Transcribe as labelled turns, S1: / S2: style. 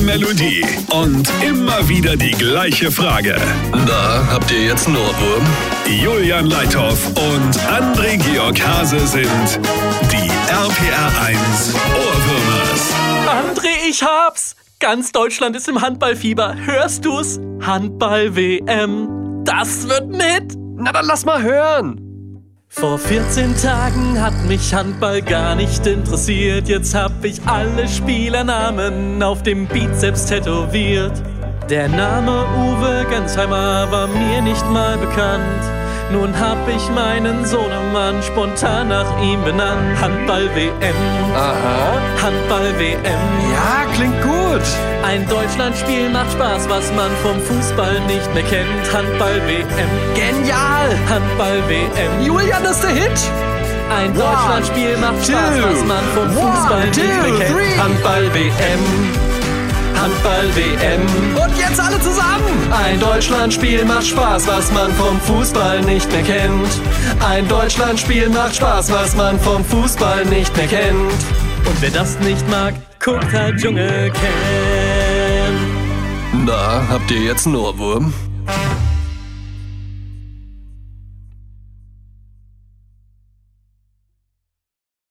S1: Melodie und immer wieder die gleiche Frage.
S2: Na, habt ihr jetzt einen Ohrwurm?
S1: Julian Leithoff und André Georg Hase sind die RPR1 Ohrwürmers.
S3: André, ich hab's! Ganz Deutschland ist im Handballfieber. Hörst du's? Handball-WM. Das wird mit!
S2: Na dann lass mal hören.
S3: Vor 14 Tagen hat mich Handball gar nicht interessiert. Jetzt hab ich alle Spielernamen auf dem Bizeps tätowiert. Der Name Uwe Gensheimer war mir nicht mal bekannt. Nun hab ich meinen Sohnemann spontan nach ihm benannt. Handball-WM,
S2: Aha.
S3: Handball-WM.
S2: Ja, klingt gut.
S3: Ein Deutschlandspiel macht Spaß, was man vom Fußball nicht mehr kennt. Handball-WM,
S2: Genial.
S3: Handball-WM.
S2: Julian ist der Hit.
S3: Ein Deutschlandspiel macht Spaß,
S2: two,
S3: was man vom Fußball
S2: one,
S3: nicht
S2: two,
S3: mehr
S2: three.
S3: kennt. Handball-WM, Handball-WM.
S2: Und jetzt alle zusammen.
S3: Ein Deutschlandspiel macht Spaß, was man vom Fußball nicht mehr kennt. Ein Deutschlandspiel macht Spaß, was man vom Fußball nicht mehr kennt. Und wer das nicht mag, guckt halt Dschungelcamp.
S2: Na, habt ihr jetzt einen Ohrwurm?